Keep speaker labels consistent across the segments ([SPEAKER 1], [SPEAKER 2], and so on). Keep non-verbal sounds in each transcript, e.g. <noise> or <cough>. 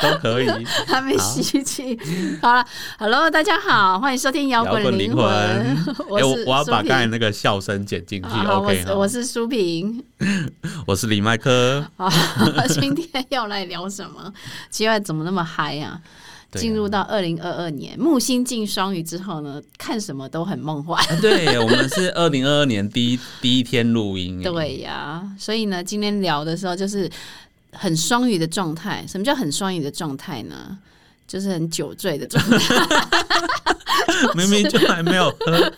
[SPEAKER 1] 都可以。
[SPEAKER 2] 还没吸气。好了，Hello，大家好，欢迎收听 <laughs> 摇
[SPEAKER 1] 摇滚
[SPEAKER 2] 灵
[SPEAKER 1] 灵魂，
[SPEAKER 2] <laughs> 我
[SPEAKER 1] 哎、我
[SPEAKER 2] 是
[SPEAKER 1] 我要
[SPEAKER 2] 苏
[SPEAKER 1] 把
[SPEAKER 2] 萍
[SPEAKER 1] 刚才那个笑声剪进去。
[SPEAKER 2] 啊好
[SPEAKER 1] OK，
[SPEAKER 2] 我是我
[SPEAKER 1] 好
[SPEAKER 2] 是苏萍。
[SPEAKER 1] 我是李麦克。
[SPEAKER 2] 好， <laughs> 今天要来聊什么？奇怪，怎么那么嗨呀、啊？
[SPEAKER 1] 对啊
[SPEAKER 2] 进入到二零二二年，木星进双鱼之后呢，看什么都很梦幻。
[SPEAKER 1] 啊对，我们是二零二二年第一 <laughs> 第一天录音。哎，
[SPEAKER 2] 对呀、所以呢，今天聊的时候就是很双鱼的状态。什么叫很双鱼的状态呢？就是很酒醉的状态，
[SPEAKER 1] <laughs>
[SPEAKER 2] <laughs>
[SPEAKER 1] 明明就还没有喝。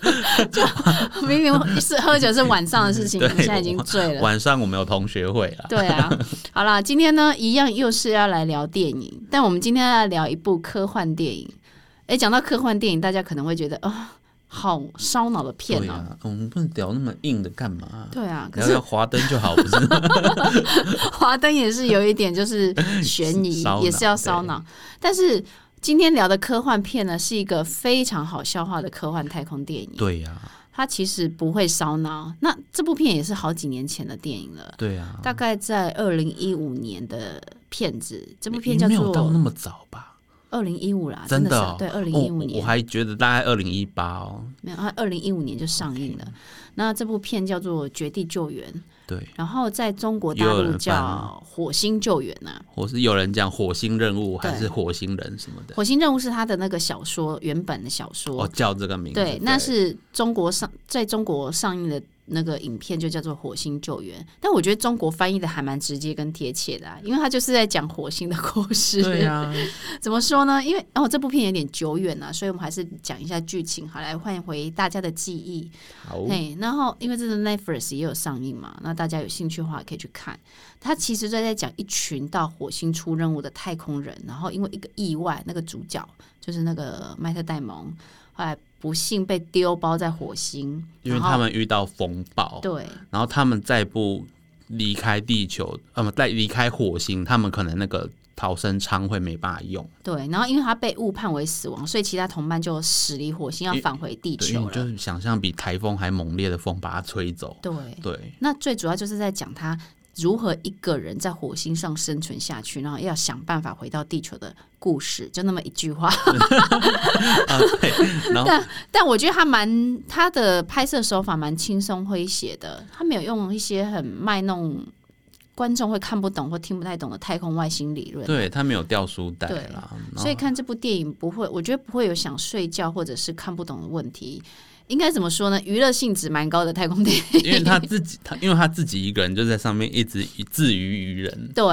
[SPEAKER 2] 明明是喝酒是晚上的事
[SPEAKER 1] <laughs>
[SPEAKER 2] 情，
[SPEAKER 1] 对
[SPEAKER 2] 你现在已经醉了。
[SPEAKER 1] 晚上我们有同学会啦。
[SPEAKER 2] <laughs> 对啊，好啦，今天呢，一样又是要来聊电影，但我们今天要聊一部科幻电影。哎，讲到科幻电影，大家可能会觉得哦，好烧脑的片
[SPEAKER 1] 对
[SPEAKER 2] 哦。
[SPEAKER 1] 啊，我们不能聊那么硬的干嘛？
[SPEAKER 2] 对啊，可
[SPEAKER 1] 聊
[SPEAKER 2] 是
[SPEAKER 1] 聊华灯就好，不是？ <laughs>
[SPEAKER 2] 华灯也是有一点就是悬疑
[SPEAKER 1] <laughs> 烧，脑
[SPEAKER 2] 也是要烧脑。但是今天聊的科幻片呢，是一个非常好消化的科幻太空电影，
[SPEAKER 1] 对啊呀、
[SPEAKER 2] 它其实不会烧脑。那这部片也是好几年前的电影了，
[SPEAKER 1] 对啊呀、
[SPEAKER 2] 大概在二零一五年的片子。
[SPEAKER 1] 这
[SPEAKER 2] 这部片叫
[SPEAKER 1] 没有
[SPEAKER 2] 做
[SPEAKER 1] 到那么早吧？
[SPEAKER 2] 二零一五啦，
[SPEAKER 1] 真
[SPEAKER 2] 的是啊
[SPEAKER 1] 哦，
[SPEAKER 2] 对，二零
[SPEAKER 1] 哦
[SPEAKER 2] 一五
[SPEAKER 1] 我
[SPEAKER 2] 年
[SPEAKER 1] 我还觉得大概二零一八哦。
[SPEAKER 2] 没有，它二零一五年就上映了。那这部片叫做《绝地救援》，
[SPEAKER 1] 对，
[SPEAKER 2] 然后在中国大
[SPEAKER 1] 又有
[SPEAKER 2] 陆
[SPEAKER 1] 人翻了
[SPEAKER 2] 叫《火星救援》啊呐。
[SPEAKER 1] 或是有人讲火星任务
[SPEAKER 2] 对
[SPEAKER 1] 还是火星人什么的，
[SPEAKER 2] 火星任务是他的那个小说原本的小说，
[SPEAKER 1] 哦，叫这个名字。
[SPEAKER 2] 对，那是中国上在中国上映的那个影片就叫做《火星救援》，但我觉得中国翻译的还蛮直接跟贴切的、啊，因为它就是在讲火星的故事。
[SPEAKER 1] 对呀，
[SPEAKER 2] <laughs> 怎么说呢？因为哦，这部片有点久远了、所以我们还是讲一下剧情，好来换回大家的记忆。
[SPEAKER 1] 好，
[SPEAKER 2] 嘿，然后因为这个 Netflix 也有上映嘛，那大家有兴趣的话可以去看。它其实在在讲一群到火星出任务的太空人，然后因为一个意外，那个主角就是那个麦特戴蒙，后来不幸被丢包在火星，
[SPEAKER 1] 因为
[SPEAKER 2] 然后
[SPEAKER 1] 他们遇到风暴，
[SPEAKER 2] 对
[SPEAKER 1] 然后他们再不离开地球，呃，不，再离开火星，他们可能那个逃生舱会没办法用。
[SPEAKER 2] 对，然后因为他被误判为死亡，所以其他同伴就驶离火星，要返回地
[SPEAKER 1] 对，因为
[SPEAKER 2] 球
[SPEAKER 1] 你就
[SPEAKER 2] 了。
[SPEAKER 1] 是想象比台风还猛烈的风把它吹走。
[SPEAKER 2] 对，
[SPEAKER 1] 对，
[SPEAKER 2] 那最主要就是在讲他如何一个人在火星上生存下去，然后要想办法回到地球的故事，就那么一句话。
[SPEAKER 1] <laughs> 啊对，然后
[SPEAKER 2] 但我觉得他蛮他的拍摄手法蛮轻松诙谐的，他没有用一些很卖弄观众会看不懂或听不太懂的太空外星理论。
[SPEAKER 1] 对他没有掉书袋
[SPEAKER 2] 对
[SPEAKER 1] 啦，然
[SPEAKER 2] 所以
[SPEAKER 1] 后
[SPEAKER 2] 看这部电影不会，我觉得不会有想睡觉或者是看不懂的问题。应该怎么说呢？娱乐性质蛮高的太空电
[SPEAKER 1] <laughs>
[SPEAKER 2] 影。
[SPEAKER 1] <laughs> 因为他自己，他因为他自己一个人就在上面一直以自娱于人，
[SPEAKER 2] 对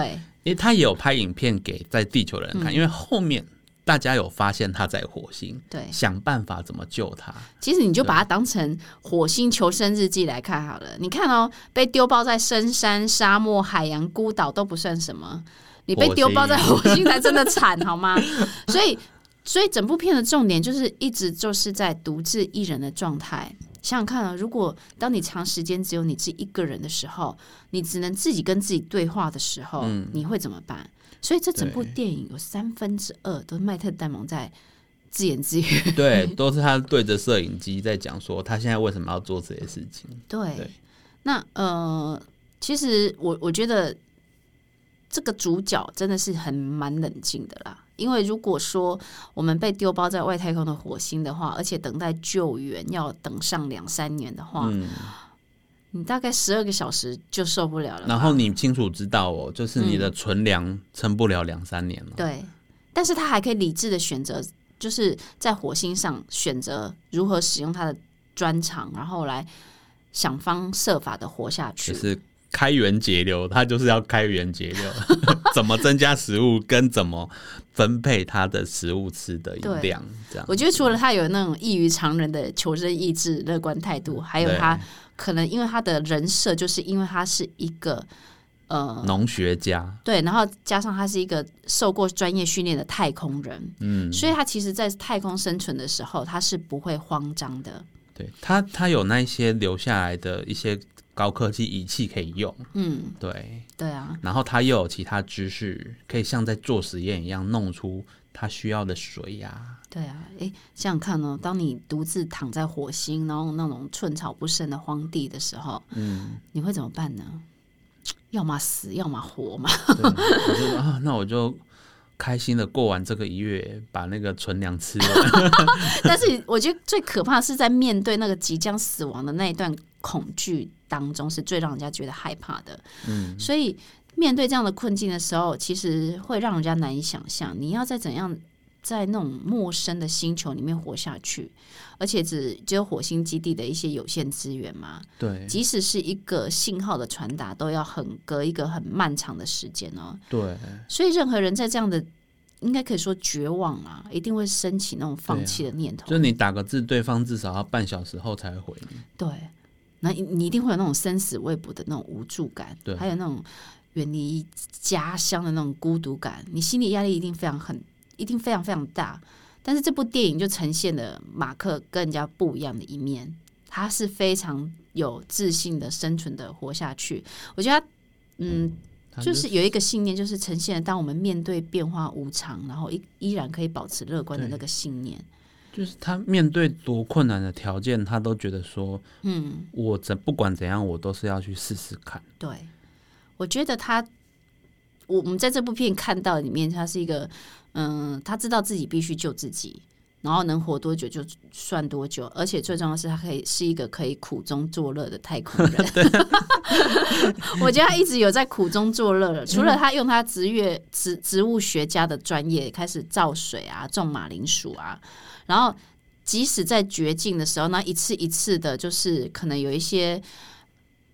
[SPEAKER 1] 因为他也有拍影片给在地球的人
[SPEAKER 2] 嗯
[SPEAKER 1] 看，因为后面大家有发现他在火星，
[SPEAKER 2] 对，
[SPEAKER 1] 想办法怎么救他。
[SPEAKER 2] 其实你就把它当成火星求生日记来看好了。你看哦，被丢包在深山、沙漠、海洋、孤岛都不算什么，你被
[SPEAKER 1] 火星
[SPEAKER 2] 丢包在火星才真的惨，好吗？ <laughs> 所以，所以整部片的重点就是一直就是在独自一人的状态。想想看啊、如果当你长时间只有你自己一个人的时候，你只能自己跟自己对话的时候，你会怎么办？所以这整部
[SPEAKER 1] 对
[SPEAKER 2] 电影有三分之二都是麦特戴蒙在自言自语。
[SPEAKER 1] 对，都是他对着摄影机在讲说他现在为什么要做这些事情。
[SPEAKER 2] 对，
[SPEAKER 1] 对
[SPEAKER 2] 那呃，其实我我觉得这个主角真的是很蛮冷静的啦。因为如果说我们被丢包在外太空的火星的话，而且等待救援要等上两三年的话，
[SPEAKER 1] 嗯，
[SPEAKER 2] 你大概十二个小时就受不了了吧。
[SPEAKER 1] 然后你清楚知道哦，就是你的存粮撑不了两三年了。
[SPEAKER 2] 对，但是他还可以理智的选择，就是在火星上选择如何使用他的专长，然后来想方设法的活下去
[SPEAKER 1] 就。是开源节流，它就是要开源节流， <laughs> 怎么增加食物跟怎么分配它的食物吃的
[SPEAKER 2] 对
[SPEAKER 1] 量，这样
[SPEAKER 2] 我觉得除了他有那种异于常人的求生意志、乐观态度，还有
[SPEAKER 1] 对
[SPEAKER 2] 他可能因为他的人设，就是因为他是一个呃
[SPEAKER 1] 农学家，
[SPEAKER 2] 对，然后加上他是一个受过专业训练的太空人，嗯，所以他其实，在太空生存的时候，他是不会慌张的，
[SPEAKER 1] 对他他有那一些留下来的一些高科技仪器可以用，
[SPEAKER 2] 嗯，
[SPEAKER 1] 对，
[SPEAKER 2] 对啊，
[SPEAKER 1] 然后他又有其他知识，可以像在做实验一样弄出他需要的水呀、
[SPEAKER 2] 对啊，诶，想想看哦，当你独自躺在火星，然后那种寸草不生的荒地的时候，嗯，你会怎么办呢？要么死，要么活嘛，
[SPEAKER 1] 对，我就啊，那我就开心的过完这个一月，把那个存粮吃完。
[SPEAKER 2] <laughs> 但是我觉得最可怕是在面对那个即将死亡的那一段恐惧当中，是最让人家觉得害怕的。嗯，所以面对这样的困境的时候，其实会让人家难以想象，你要在怎样在那种陌生的星球里面活下去，而且只只有火星基地的一些有限资源嘛，
[SPEAKER 1] <laughs> 对
[SPEAKER 2] 即使是一个信号的传达，都要很隔一个很漫长的时间哦。
[SPEAKER 1] 对，
[SPEAKER 2] 所以任何人在这样的，应该可以说绝望啊，一定会升起那种放弃的念头。
[SPEAKER 1] 就你打个字，对方至少要半小时后才回你。
[SPEAKER 2] 对，那你你一定会有那种生死未卜的那种无助感，
[SPEAKER 1] 对
[SPEAKER 2] 还有那种远离家乡的那种孤独感，你心理压力一定非常很，一定非常非常大。但是这部电影就呈现了马克跟人家不一样的一面，他是非常有自信的生存的活下去。我觉得他，嗯，
[SPEAKER 1] 他
[SPEAKER 2] 就是有一个信念，就是呈现了当我们面对变化无常，然后依依然可以保持乐观的
[SPEAKER 1] 对
[SPEAKER 2] 那个信念。
[SPEAKER 1] 就是他面对多困难的条件，他都觉得说，
[SPEAKER 2] 嗯，
[SPEAKER 1] 我怎不管怎样，我都是要去试试看。
[SPEAKER 2] 对，我觉得他，我我们在这部片看到里面，他是一个，嗯，他知道自己必须救自己，然后能活多久就算多久，而且最重要的是，他可以是一个可以苦中作乐的太空人。 <laughs> 我觉得他一直有在苦中作乐，除了他用他职业植植物学家的专业开始造水啊，种马铃薯啊，然后即使在绝境的时候，那一次一次的，就是可能有一些。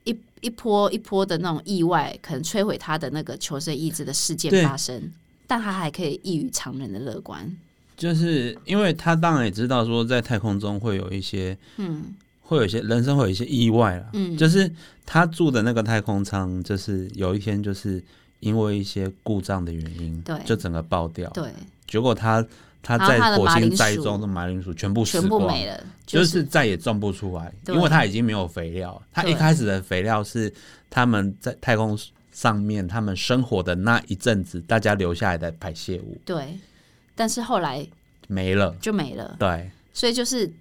[SPEAKER 2] 一一波一波的那种意外，可能摧毁他的那个求生意志的事件
[SPEAKER 1] 对
[SPEAKER 2] 发生，但他还可以异于常人的乐观。
[SPEAKER 1] 就是因为他当然也知道说，在太空中会有一些，
[SPEAKER 2] 嗯
[SPEAKER 1] 会有一些人生会有一些意外啦。
[SPEAKER 2] 嗯，
[SPEAKER 1] 就是他住的那个太空舱，就是有一天就是因为一些故障的原因，
[SPEAKER 2] 对
[SPEAKER 1] 就整个爆掉。
[SPEAKER 2] 对，
[SPEAKER 1] 结果他他
[SPEAKER 2] 然后他
[SPEAKER 1] 在
[SPEAKER 2] 的
[SPEAKER 1] 火
[SPEAKER 2] 马
[SPEAKER 1] 星
[SPEAKER 2] 铃
[SPEAKER 1] 栽
[SPEAKER 2] 薯
[SPEAKER 1] 种的马铃薯全部死
[SPEAKER 2] 全
[SPEAKER 1] 光，
[SPEAKER 2] 部没了，、
[SPEAKER 1] 就是是再也种不出来，
[SPEAKER 2] 对
[SPEAKER 1] 因为它已经没有肥料。它一
[SPEAKER 2] 对
[SPEAKER 1] 开始的肥料是他们在太空上面他们生活的那一阵子大家留下来的排泄物
[SPEAKER 2] 对，但是后来
[SPEAKER 1] 没了。
[SPEAKER 2] 就没了，
[SPEAKER 1] 对，
[SPEAKER 2] 所以就是。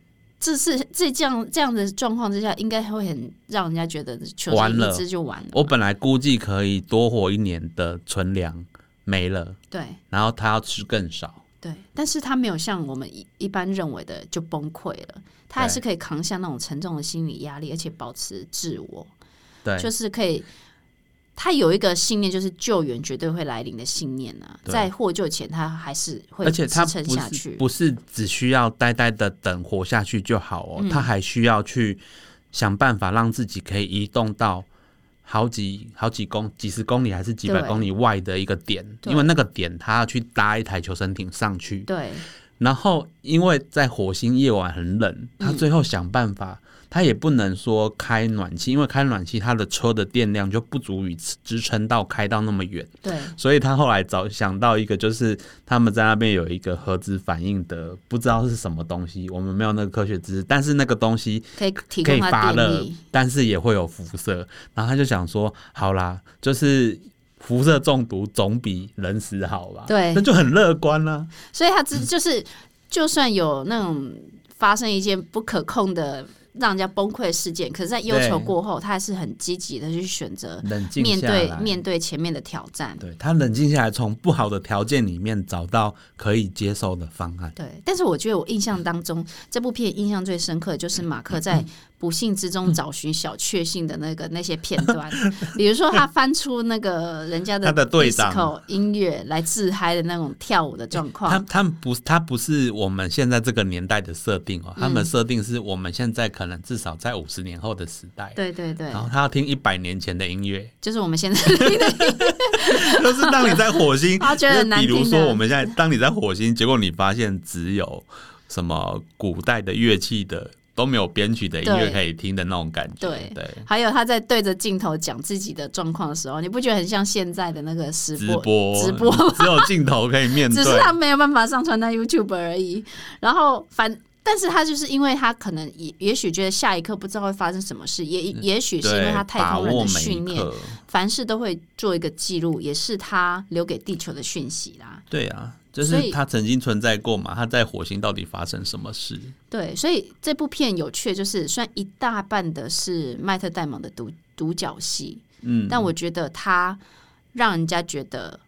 [SPEAKER 2] 这是这这样这样的状况之下，应该会很让人家觉得求
[SPEAKER 1] 完
[SPEAKER 2] 生
[SPEAKER 1] 了
[SPEAKER 2] 意志就完了嘛。
[SPEAKER 1] 我本来估计可以多活一年的存粮没了，
[SPEAKER 2] 对
[SPEAKER 1] 然后他要吃更少。
[SPEAKER 2] 对，但是他没有像我们一一般认为的就崩溃了，他还
[SPEAKER 1] 对
[SPEAKER 2] 是可以扛下那种沉重的心理压力，而且保持自我。
[SPEAKER 1] 对，
[SPEAKER 2] 就是可以，他有一个信念，就是救援绝对会来临的信念啊，
[SPEAKER 1] 对
[SPEAKER 2] 在获救前他还是会
[SPEAKER 1] 而且他
[SPEAKER 2] 支撑
[SPEAKER 1] 不
[SPEAKER 2] 下
[SPEAKER 1] 是
[SPEAKER 2] 去。
[SPEAKER 1] 不是只需要呆呆的等活下去就好哦，
[SPEAKER 2] 嗯
[SPEAKER 1] 他还需要去想办法让自己可以移动到好几好几公几十公里还是几百
[SPEAKER 2] 对
[SPEAKER 1] 公里外的一个点，
[SPEAKER 2] 对
[SPEAKER 1] 因为那个点他要去搭一台求生艇上去，
[SPEAKER 2] 对
[SPEAKER 1] 然后因为在火星夜晚很冷，
[SPEAKER 2] 嗯
[SPEAKER 1] 他最后想办法。他也不能说开暖气，因为开暖气，他的车的电量就不足以支支撑到开到那么远。
[SPEAKER 2] 对
[SPEAKER 1] 所以他后来找想到一个，就是他们在那边有一个核子反应的，不知道是什么东西，我们没有那个科学知识，但是那个东西
[SPEAKER 2] 可以提
[SPEAKER 1] 可
[SPEAKER 2] 供
[SPEAKER 1] 以
[SPEAKER 2] 他
[SPEAKER 1] 发
[SPEAKER 2] 电
[SPEAKER 1] 热
[SPEAKER 2] 力，，
[SPEAKER 1] 但是也会有辐射。然后他就想说，好啦，就是辐射中毒总比人死好吧？
[SPEAKER 2] 对
[SPEAKER 1] 那就很乐观啊啦、
[SPEAKER 2] 所以他
[SPEAKER 1] 嗯
[SPEAKER 2] 只就是就算有那种发生一件不可控的让人家崩溃的事件，可是，在忧愁
[SPEAKER 1] 对
[SPEAKER 2] 过后，他还是很积极的去选择
[SPEAKER 1] 冷静
[SPEAKER 2] 面
[SPEAKER 1] 下
[SPEAKER 2] 对
[SPEAKER 1] 来。
[SPEAKER 2] 面对前面的挑战。
[SPEAKER 1] 对他冷静下来，从不好的条件里面找到可以接受的方案。
[SPEAKER 2] 对，但是我觉得我印象当中，这部片印象最深刻的就是马克
[SPEAKER 1] 嗯
[SPEAKER 2] 在不幸之中找寻小确幸的那个那些片段，
[SPEAKER 1] <laughs>
[SPEAKER 2] 比如说他翻出那个人家的
[SPEAKER 1] 他的队长
[SPEAKER 2] disco 音乐来自嗨的那种跳舞的状
[SPEAKER 1] 他
[SPEAKER 2] 况，
[SPEAKER 1] 他们不，他不是我们现在这个年代的设定哦，他
[SPEAKER 2] 嗯
[SPEAKER 1] 们设定是我们现在可能至少在五十年后的时代，
[SPEAKER 2] 对对对，
[SPEAKER 1] 然，后他要听一百年前的音乐 <laughs>
[SPEAKER 2] 就是我们现在对
[SPEAKER 1] 就是当你在火星，
[SPEAKER 2] 他觉得很难
[SPEAKER 1] 比
[SPEAKER 2] 听的
[SPEAKER 1] 如说我们现在当你在火星，结果你发现只有什么古代的乐器的都没有编曲的音乐
[SPEAKER 2] 对
[SPEAKER 1] 可以听的那种感觉，
[SPEAKER 2] 对
[SPEAKER 1] 对，
[SPEAKER 2] 还有他在对着镜头讲自己的状况的时候，你不觉得很像现在的那个直
[SPEAKER 1] 直
[SPEAKER 2] 播
[SPEAKER 1] 播
[SPEAKER 2] 直播
[SPEAKER 1] 只有镜头可以面
[SPEAKER 2] 只是
[SPEAKER 1] 对，
[SPEAKER 2] 他没有办法上传到 YouTube 而已。然后反，但是他就是因为他可能也也许觉得下一刻不知道会发生什么事，也也许是因为
[SPEAKER 1] 嗯对
[SPEAKER 2] 他太
[SPEAKER 1] 把
[SPEAKER 2] 空人
[SPEAKER 1] 握
[SPEAKER 2] 的
[SPEAKER 1] 每一
[SPEAKER 2] 训练，
[SPEAKER 1] 刻，
[SPEAKER 2] 凡事都会做一个记录，也是他留给地球的讯息啦。
[SPEAKER 1] 对啊。就
[SPEAKER 2] 所
[SPEAKER 1] 是
[SPEAKER 2] 以
[SPEAKER 1] 他曾经存在过嘛？他在火星到底发生什么事？
[SPEAKER 2] 对，所以这部片有趣的就是，虽然一大半的是麦特戴蒙的独独角戏，
[SPEAKER 1] 嗯，啊
[SPEAKER 2] 但我觉得他让人家觉得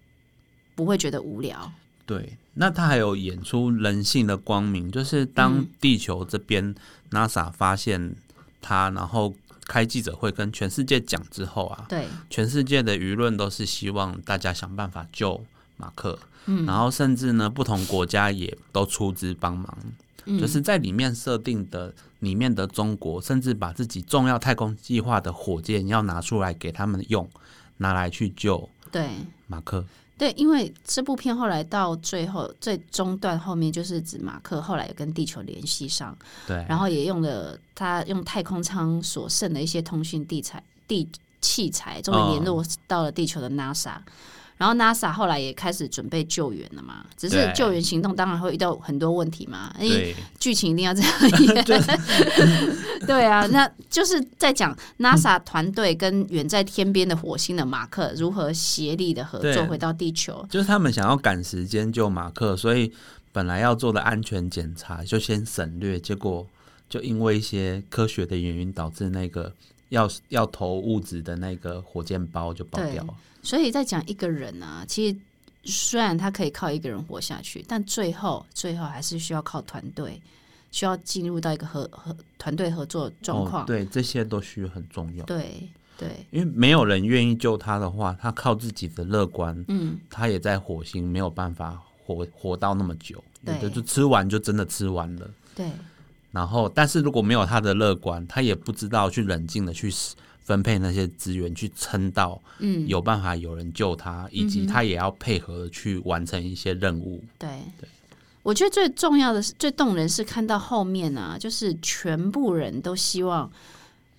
[SPEAKER 2] 不会觉得无聊。
[SPEAKER 1] 对，那他还有演出人性的光明，就是
[SPEAKER 2] 嗯
[SPEAKER 1] 当地球这边 NASA 发现他，然后开记者会跟全世界讲之后啊，
[SPEAKER 2] 对，
[SPEAKER 1] 全世界的舆论都是希望大家想办法救马克，嗯，然后甚至呢，不同国家也都出资帮忙，
[SPEAKER 2] 嗯
[SPEAKER 1] 就是在里面设定的里面的中国，甚至把自己重要太空计划的火箭要拿出来给他们用，拿来去救
[SPEAKER 2] 对
[SPEAKER 1] 马克，
[SPEAKER 2] 对，因为这部片后来到最后最中段后面，就是指马克后来有跟地球联系上，
[SPEAKER 1] 对，
[SPEAKER 2] 然后也用了他用太空舱所剩的一些通讯地材地器材，终于联络到了地球
[SPEAKER 1] 嗯
[SPEAKER 2] 的 NASA。然后 NASA 后来也开始准备救援了嘛，只是
[SPEAKER 1] 对
[SPEAKER 2] 救援行动当然会遇到很多问题嘛，因为
[SPEAKER 1] 对，
[SPEAKER 2] 剧情一定要这样
[SPEAKER 1] <laughs>
[SPEAKER 2] 演。对啊，那就是在讲 NASA 团队跟远在天边的火星的马克如何协力的合作
[SPEAKER 1] 对
[SPEAKER 2] 回到地球。
[SPEAKER 1] 就是他们想要赶时间救马克，所以本来要做的安全检查就先省略，结果就因为一些科学的原因，导致那个要要投物质的那个火箭包就爆掉了。
[SPEAKER 2] 所以在讲一个人啊，其实虽然他可以靠一个人活下去，但最后最后还是需要靠团队，需要进入到一个合合团队合作状况。
[SPEAKER 1] 哦，对，这些都需很重要，
[SPEAKER 2] 对对，
[SPEAKER 1] 因为没有人愿意救他的话，他靠自己的乐观，
[SPEAKER 2] 嗯，
[SPEAKER 1] 他也在火星没有办法活活到那么久，
[SPEAKER 2] 对
[SPEAKER 1] 有的就吃完就真的吃完了。
[SPEAKER 2] 对
[SPEAKER 1] 然后，但是如果没有他的乐观，他也不知道去冷静的去分配那些资源，去撑到
[SPEAKER 2] 嗯
[SPEAKER 1] 有办法有人救他，以及他也要配合去完成一些任务。
[SPEAKER 2] 对我觉得最重要的是，最动人是看到后面啊，就是全部人都希望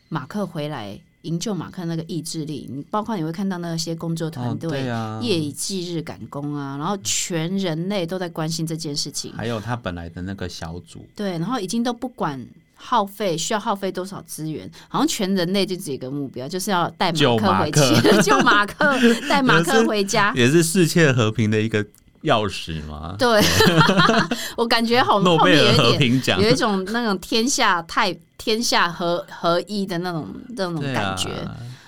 [SPEAKER 2] 马克回来营救马克那个意志力。你包括你会看到那些工作团队、
[SPEAKER 1] 啊
[SPEAKER 2] 夜以继日赶工啊，然后全人类都在关心这件事情。
[SPEAKER 1] 还有他本来的那个小组，
[SPEAKER 2] 对，然后已经都不管耗费需要耗费多少资源，好像全人类就只有一个目标，就是要带马
[SPEAKER 1] 救
[SPEAKER 2] 克
[SPEAKER 1] 马
[SPEAKER 2] 回
[SPEAKER 1] 克
[SPEAKER 2] 去， <laughs> 救马克，带马
[SPEAKER 1] 可
[SPEAKER 2] 克
[SPEAKER 1] 是
[SPEAKER 2] 回家。
[SPEAKER 1] 也是世界和平的一个钥匙嘛，
[SPEAKER 2] 对， <laughs> 我感觉好
[SPEAKER 1] 诺
[SPEAKER 2] 后面
[SPEAKER 1] 贝
[SPEAKER 2] 有
[SPEAKER 1] 尔
[SPEAKER 2] 一
[SPEAKER 1] 和
[SPEAKER 2] 点
[SPEAKER 1] 平奖。
[SPEAKER 2] 有一种那种天下太天下合合一的那种那种
[SPEAKER 1] 对
[SPEAKER 2] 感
[SPEAKER 1] 啊
[SPEAKER 2] 觉，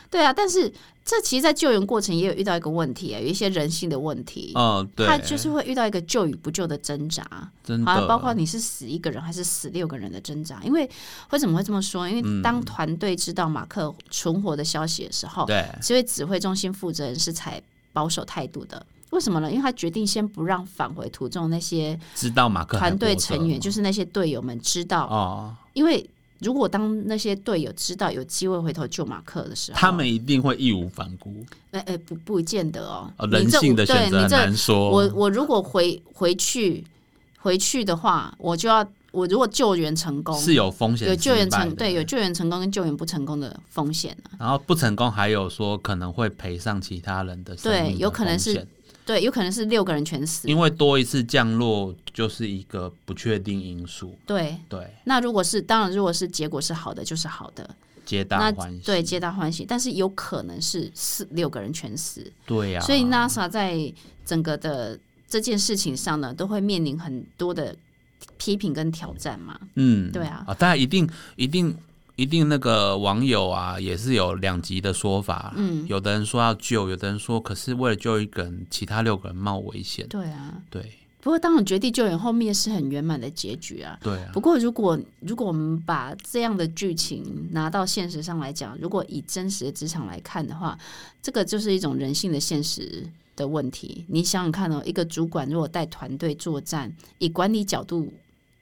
[SPEAKER 2] 对啊。但是这其实，在救援过程也有遇到一个问题，有一些人性的问题，
[SPEAKER 1] 哦，对，
[SPEAKER 2] 他就是会遇到一个救与不救的挣扎，
[SPEAKER 1] 真
[SPEAKER 2] 好像啊
[SPEAKER 1] 的，
[SPEAKER 2] 包括你是死一个人还是死六个人的挣扎。因为为什么会这么说？因为当团队知道马克存活的消息的时候，
[SPEAKER 1] 嗯对
[SPEAKER 2] 所以指挥中心负责人是采保守态度的。为什么呢？因为他决定先不让返回途中那些
[SPEAKER 1] 知道马克还
[SPEAKER 2] 团队
[SPEAKER 1] 活着
[SPEAKER 2] 成员，就是那些队友们知道
[SPEAKER 1] 哦，
[SPEAKER 2] 因为如果当那些队友知道有机会回头救马克的时候，
[SPEAKER 1] 他们一定会义无反顾。
[SPEAKER 2] 哎哎不不见得哦，
[SPEAKER 1] 呃，
[SPEAKER 2] 你
[SPEAKER 1] 人
[SPEAKER 2] 这
[SPEAKER 1] 性的选择
[SPEAKER 2] 对你
[SPEAKER 1] 很
[SPEAKER 2] 这
[SPEAKER 1] 难说。
[SPEAKER 2] 我我如果回回去回去的话，我就要我如果救援成功，
[SPEAKER 1] 是有风险，
[SPEAKER 2] 有救援成
[SPEAKER 1] 的
[SPEAKER 2] 对有救援成功跟救援不成功的风险啊，
[SPEAKER 1] 然后不成功还有说可能会赔上其他人的生命的
[SPEAKER 2] 对有可能是
[SPEAKER 1] 风险
[SPEAKER 2] 对，有可能是六个人全死，
[SPEAKER 1] 因为多一次降落就是一个不确定因素，
[SPEAKER 2] 对。
[SPEAKER 1] 对，
[SPEAKER 2] 那如果是当然，如果是结果是好的，就是好的，
[SPEAKER 1] 皆大
[SPEAKER 2] 那
[SPEAKER 1] 欢喜，
[SPEAKER 2] 对，皆大欢喜。但是有可能是四六个人全死，
[SPEAKER 1] 对呀、
[SPEAKER 2] 所以 NASA 在整个的这件事情上呢，都会面临很多的批评跟挑战嘛。
[SPEAKER 1] 嗯，
[SPEAKER 2] 对啊
[SPEAKER 1] 啊，当然一定一定一定那个网友啊也是有两极的说法，嗯，有的人说要救，有的人说可是为了救一个人，其他六个人冒危险，
[SPEAKER 2] 对啊，
[SPEAKER 1] 对
[SPEAKER 2] 不过当然绝地救援后面是很圆满的结局啊。
[SPEAKER 1] 对啊，
[SPEAKER 2] 不过，如果如果我们把这样的剧情拿到现实上来讲，如果以真实的职场来看的话，这个就是一种人性的现实的问题。你想想看哦，一个主管如果带团队作战，以管理角度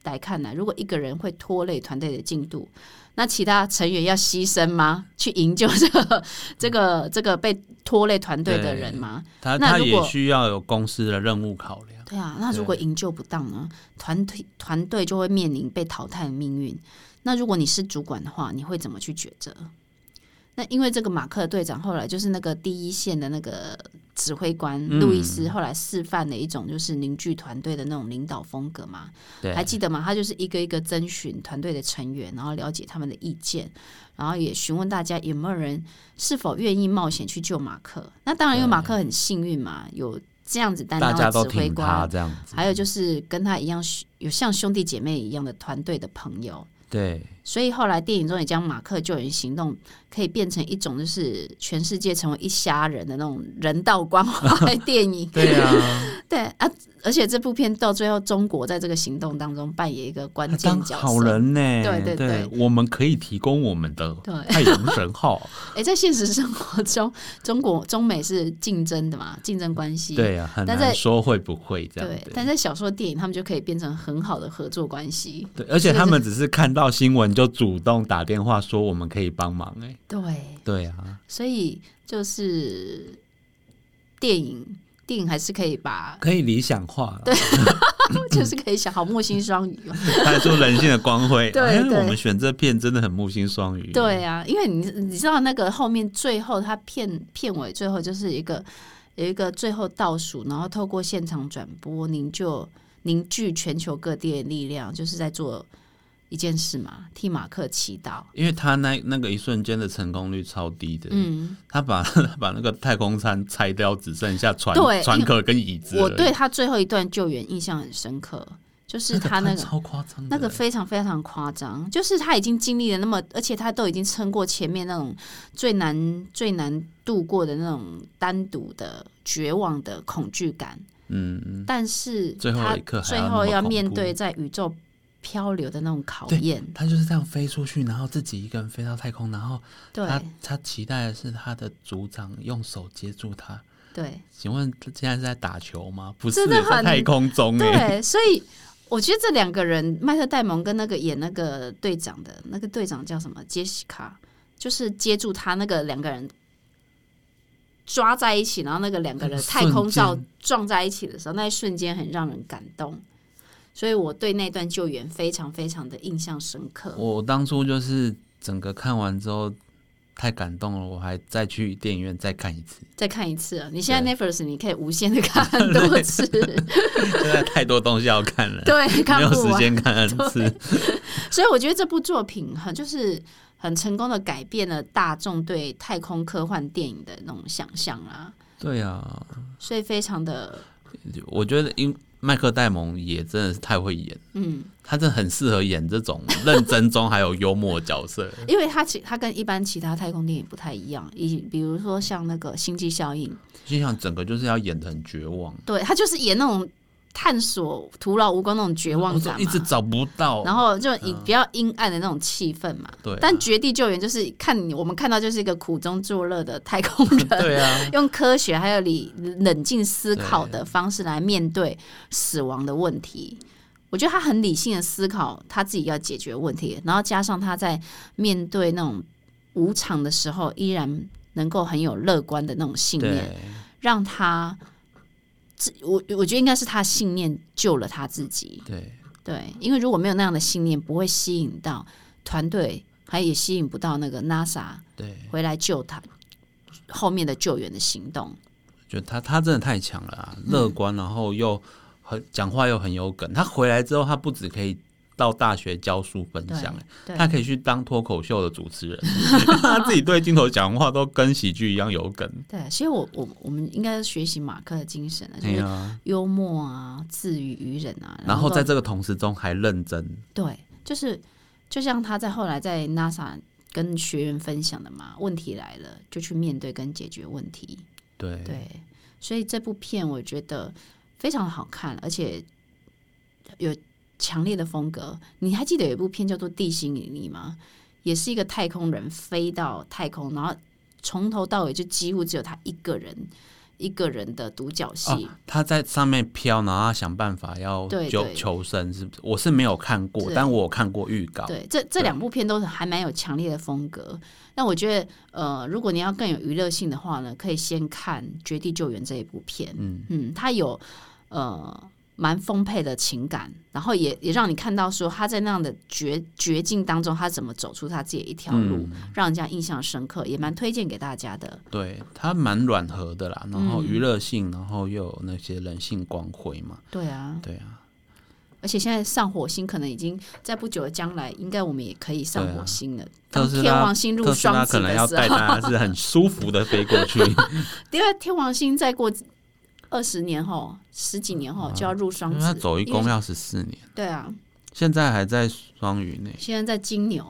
[SPEAKER 2] 来看呢、如果一个人会拖累团队的进度，那其他成员要牺牲吗？去营救这个这个这个被拖累团队的人吗？
[SPEAKER 1] 他
[SPEAKER 2] 那
[SPEAKER 1] 他
[SPEAKER 2] 如
[SPEAKER 1] 也
[SPEAKER 2] 果
[SPEAKER 1] 需要有公司的任务考量，
[SPEAKER 2] 对啊，那如果营救不当呢，团体团队就会面临被淘汰的命运。那如果你是主管的话，你会怎么去抉择？那因为这个马克队长后来就是那个第一线的那个指挥官
[SPEAKER 1] 嗯
[SPEAKER 2] 路易斯，后来示范了一种就是凝聚团队的那种领导风格嘛。
[SPEAKER 1] 对
[SPEAKER 2] 还记得吗？他就是一个一个征询团队的成员，然后了解他们的意见，然后也询问大家有没有人是否愿意冒险去救马克。那当然，因为马克很幸运嘛，有这样子担
[SPEAKER 1] 大
[SPEAKER 2] 当的
[SPEAKER 1] 家都
[SPEAKER 2] 指挥
[SPEAKER 1] 挺他
[SPEAKER 2] 官，
[SPEAKER 1] 这样子，
[SPEAKER 2] 还有就是跟他一样有像兄弟姐妹一样的团队的朋友。
[SPEAKER 1] 对。
[SPEAKER 2] 所以后来电影中也将马克救援行动可以变成一种就是全世界成为一家人的那种人道
[SPEAKER 1] <laughs>
[SPEAKER 2] 关怀电影。
[SPEAKER 1] 对呀、
[SPEAKER 2] <laughs> 对啊，而且这部片到最后，中国在这个行动当中扮演一个关
[SPEAKER 1] 他
[SPEAKER 2] 键
[SPEAKER 1] 当
[SPEAKER 2] 角
[SPEAKER 1] 好
[SPEAKER 2] 色。
[SPEAKER 1] 人呢、
[SPEAKER 2] 对对对
[SPEAKER 1] 我们可以提供我们的
[SPEAKER 2] 对，
[SPEAKER 1] 太阳神
[SPEAKER 2] <laughs>
[SPEAKER 1] 号。
[SPEAKER 2] 哎，在现实生活中，中国中美是竞争的嘛，竞争关系。
[SPEAKER 1] 对呀、啊，很
[SPEAKER 2] 但在
[SPEAKER 1] 难说会不会这样
[SPEAKER 2] 对
[SPEAKER 1] 子。
[SPEAKER 2] 但在小说、电影，他们就可以变成很好的合作关系。
[SPEAKER 1] 对，而且
[SPEAKER 2] 是
[SPEAKER 1] 他们只是看到新闻就主动打电话说我们可以帮忙、哎，
[SPEAKER 2] 对，
[SPEAKER 1] 对啊，
[SPEAKER 2] 所以就是电影，电影还是可以
[SPEAKER 1] <coughs>
[SPEAKER 2] 把，
[SPEAKER 1] 可以理想化， <laughs> 对，
[SPEAKER 2] 就是可以想好木星双鱼、哦。
[SPEAKER 1] 看出人性的光
[SPEAKER 2] <laughs>
[SPEAKER 1] 辉。
[SPEAKER 2] 对
[SPEAKER 1] 哎
[SPEAKER 2] 对
[SPEAKER 1] 我们选这片真的很木星双鱼。
[SPEAKER 2] 对啊，因为你你知道那个后面最后他片片尾最后就是一个有一个最后倒数，然后透过现场转播凝就凝聚全球各地的力量，就是在做一件事嘛，替马克祈祷。
[SPEAKER 1] 因为他那那个一瞬间的成功率超低的，
[SPEAKER 2] 嗯，
[SPEAKER 1] 他把 <laughs> 他把那个太空舱拆掉，只剩下船
[SPEAKER 2] 对
[SPEAKER 1] 船
[SPEAKER 2] 因为
[SPEAKER 1] 壳跟椅子而已。
[SPEAKER 2] 我对他最后一段救援印象很深刻，就是他
[SPEAKER 1] 那
[SPEAKER 2] 那
[SPEAKER 1] 个 <laughs>
[SPEAKER 2] 个
[SPEAKER 1] 超夸张的，
[SPEAKER 2] 那个非常非常夸张，就是他已经经历了那么，而且他都已经撑过前面那种最难最难度过的那种单独的绝望的恐惧感，
[SPEAKER 1] 嗯嗯，
[SPEAKER 2] 但是他
[SPEAKER 1] 最后一刻还
[SPEAKER 2] 最
[SPEAKER 1] 要那么
[SPEAKER 2] 后要
[SPEAKER 1] 恐
[SPEAKER 2] 面
[SPEAKER 1] 怖
[SPEAKER 2] 对在宇宙漂流的那种考验，
[SPEAKER 1] 他就是这样飞出去，然后自己一个人飞到太空，然后
[SPEAKER 2] 对
[SPEAKER 1] 他他期待的是他的组长用手接住他。
[SPEAKER 2] 对
[SPEAKER 1] 请问他现在是在打球吗？不是，
[SPEAKER 2] 真的
[SPEAKER 1] 在
[SPEAKER 2] 很
[SPEAKER 1] 太空中哎、
[SPEAKER 2] <laughs> 对，所以我觉得这两个人，麦特戴蒙跟那个演那个队长的那个队长叫什么杰西卡，就是接住他那个两个人抓在一起，然后那个两个人
[SPEAKER 1] 那个
[SPEAKER 2] 太空照
[SPEAKER 1] 瞬间
[SPEAKER 2] 撞在一起的时候，那一瞬间很让人感动。所以我对那段救援非常非常的印象深刻。
[SPEAKER 1] 我当初就是整个看完之后太感动了，我还再去电影院再看一次， <laughs>
[SPEAKER 2] 再看一次啊，你现在 Netflix 你可以无限的看很多次，
[SPEAKER 1] 现在太多东西要看了，
[SPEAKER 2] <laughs> 对，
[SPEAKER 1] 没
[SPEAKER 2] 看
[SPEAKER 1] 有
[SPEAKER 2] 不
[SPEAKER 1] 时
[SPEAKER 2] 完。
[SPEAKER 1] 间看 N 次。
[SPEAKER 2] 所以我觉得这部作品很就是很成功的改变了大众对太空科幻电影的那种想象啦，
[SPEAKER 1] <laughs> 对啊，
[SPEAKER 2] 所以非常的
[SPEAKER 1] 我觉得因麦克戴蒙也真的是太会演，
[SPEAKER 2] 嗯，
[SPEAKER 1] 他真的很适合演这种认真中还有幽默的角色。
[SPEAKER 2] 因为它其它跟一般其他太空电影不太一样，以比如说像那个《星际效应》，
[SPEAKER 1] 就像整个就是要演的很绝望，
[SPEAKER 2] 对，它就是演那种探索徒劳无功那种绝望
[SPEAKER 1] 我怎
[SPEAKER 2] 感
[SPEAKER 1] 么一直
[SPEAKER 2] 嘛。
[SPEAKER 1] 找不到。
[SPEAKER 2] 然后就以比较阴暗的那种气氛嘛，
[SPEAKER 1] 对啊
[SPEAKER 2] 但《绝地救援》就是看你我们看到就是一个苦中作乐的太空人，
[SPEAKER 1] <laughs> 对啊，
[SPEAKER 2] 用科学还有理冷静思考的方式来面对死亡的问题。我觉得他很理性的思考他自己要解决问题，然后加上他在面对那种无常的时候，依然能够很有乐观的那种 <laughs> 信念，
[SPEAKER 1] 对，
[SPEAKER 2] 让他自我我觉得应该是他信念救了他自己。
[SPEAKER 1] 对，
[SPEAKER 2] 对，因为如果没有那样的信念，不会吸引到团队，还也吸引不到那个 NASA
[SPEAKER 1] 对，
[SPEAKER 2] 回来救他后面的救援的行动。
[SPEAKER 1] 就他他真的太强了啊，
[SPEAKER 2] 嗯
[SPEAKER 1] 乐观，然后又很讲话又很有梗。他回来之后，他不只可以到大学教书分
[SPEAKER 2] 对
[SPEAKER 1] 享，
[SPEAKER 2] 对
[SPEAKER 1] 他可以去当脱口秀的主
[SPEAKER 2] <laughs>
[SPEAKER 1] 持人，他自己对镜头讲话都跟喜剧一样有梗。
[SPEAKER 2] 对，所以我我我们应该学习马克的精神啊，就
[SPEAKER 1] 对
[SPEAKER 2] 是
[SPEAKER 1] 啊，
[SPEAKER 2] 幽默啊，自娱于人啊，
[SPEAKER 1] 然后
[SPEAKER 2] 够
[SPEAKER 1] 在这个同时中还认真，
[SPEAKER 2] 对，就是就像他在后来在 NASA 跟学员分享的嘛，问题来了就去面对跟解决问题，
[SPEAKER 1] 对
[SPEAKER 2] 对，所以这部片我觉得非常好看，而且有强烈的风格。你还记得有一部片叫做《地心引力》吗？也是一个太空人飞到太空，然后从头到尾就几乎只有他一个人，一个人的独角戏。
[SPEAKER 1] 哦，他在上面飘，然后他想办法要
[SPEAKER 2] 对
[SPEAKER 1] 求
[SPEAKER 2] 对
[SPEAKER 1] 求生，是不是？我是没有看过，
[SPEAKER 2] 对
[SPEAKER 1] 但我有看过预告。
[SPEAKER 2] 对，这这两部片都是还蛮有强烈的风格。那我觉得，呃，如果你要更有娱乐性的话呢，可以先看《绝地救援》这一部片。
[SPEAKER 1] 嗯
[SPEAKER 2] 嗯，它有呃蛮丰沛的情感，然后也也让你看到说他在那样的绝绝境当中，他怎么走出他自己的一条
[SPEAKER 1] 嗯
[SPEAKER 2] 路，让人家印象深刻，也蛮推荐给大家的。
[SPEAKER 1] 对，它蛮软和的啦，然后
[SPEAKER 2] 嗯
[SPEAKER 1] 娱乐性，然后又有那些人性光辉嘛。
[SPEAKER 2] 对啊，
[SPEAKER 1] 对啊，
[SPEAKER 2] 而且现在上火星可能已经在不久的将来，应该我们也可以上
[SPEAKER 1] 对啊
[SPEAKER 2] 火星了。
[SPEAKER 1] 特
[SPEAKER 2] 当
[SPEAKER 1] 斯
[SPEAKER 2] 天
[SPEAKER 1] 拉
[SPEAKER 2] 王星入
[SPEAKER 1] 特斯拉
[SPEAKER 2] 双子
[SPEAKER 1] 可能要
[SPEAKER 2] 的时
[SPEAKER 1] 带
[SPEAKER 2] 候，
[SPEAKER 1] 大家是很舒服的飞过
[SPEAKER 2] <laughs>
[SPEAKER 1] 去。
[SPEAKER 2] 因为天王星再过二十年后、十几年后就要入双
[SPEAKER 1] 嗯因为
[SPEAKER 2] 子，
[SPEAKER 1] 它走一
[SPEAKER 2] 因为
[SPEAKER 1] 共要十四年，
[SPEAKER 2] 对啊，
[SPEAKER 1] 现在还在双鱼呢
[SPEAKER 2] 现在在金牛、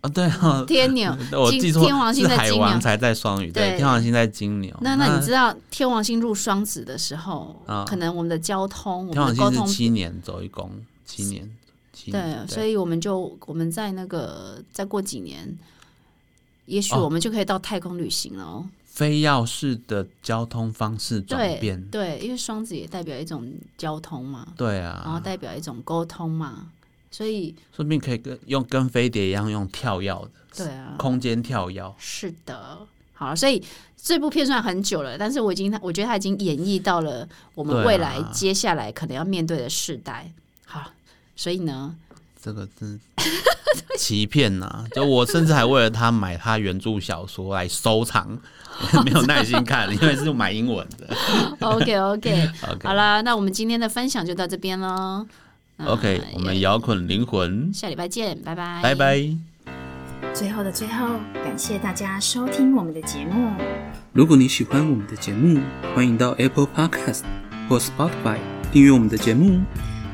[SPEAKER 1] 啊，对啊，，
[SPEAKER 2] 天牛
[SPEAKER 1] <laughs> 我
[SPEAKER 2] 金
[SPEAKER 1] 记错
[SPEAKER 2] 天王星
[SPEAKER 1] 是
[SPEAKER 2] 在
[SPEAKER 1] 海
[SPEAKER 2] 金
[SPEAKER 1] 王
[SPEAKER 2] 牛。
[SPEAKER 1] 才在双鱼，对，
[SPEAKER 2] 对
[SPEAKER 1] 天王星在金牛，
[SPEAKER 2] 那那你知道天王星入双子的时候，
[SPEAKER 1] 哦啊
[SPEAKER 2] 可能我们的交通、我
[SPEAKER 1] 天王
[SPEAKER 2] 们的沟
[SPEAKER 1] 星
[SPEAKER 2] 通
[SPEAKER 1] 是七年走一宫，七年，七
[SPEAKER 2] 对
[SPEAKER 1] 年，，
[SPEAKER 2] 所以我们就我们在那个再过几年，也许
[SPEAKER 1] 哦
[SPEAKER 2] 我们就可以到太空旅行了哦。
[SPEAKER 1] 非要式的交通方式转
[SPEAKER 2] 对
[SPEAKER 1] 变，
[SPEAKER 2] 对，因为双子也代表一种交通嘛，
[SPEAKER 1] 对
[SPEAKER 2] 然后
[SPEAKER 1] 啊，
[SPEAKER 2] 代表一种沟通嘛，所以
[SPEAKER 1] 说不定可以跟用跟飞碟一样用跳跃的
[SPEAKER 2] 对啊，
[SPEAKER 1] 空间跳跃，
[SPEAKER 2] 是的。好，所以这部片虽然很久了，但是我已经我觉得它已经演绎到了我们
[SPEAKER 1] 对啊
[SPEAKER 2] 未来接下来可能要面对的世代。好，所以呢， <laughs>
[SPEAKER 1] 这个真欺骗呐、就我甚至还为了他买他原著小说来收藏，没有耐心看，因为是买英文的。
[SPEAKER 2] OK OK，
[SPEAKER 1] <laughs>
[SPEAKER 2] 好
[SPEAKER 1] OK
[SPEAKER 2] 啦，那我们今天的分享就到这边喽。嗯
[SPEAKER 1] OK，我们摇滚灵魂，
[SPEAKER 2] 下礼拜见，拜拜，
[SPEAKER 1] 拜。拜。
[SPEAKER 3] 最后的最后，感谢大家收听我们的节目。
[SPEAKER 4] 如果你喜欢我们的节目，欢迎到 Apple Podcast 或 Spotify 订阅我们的节目，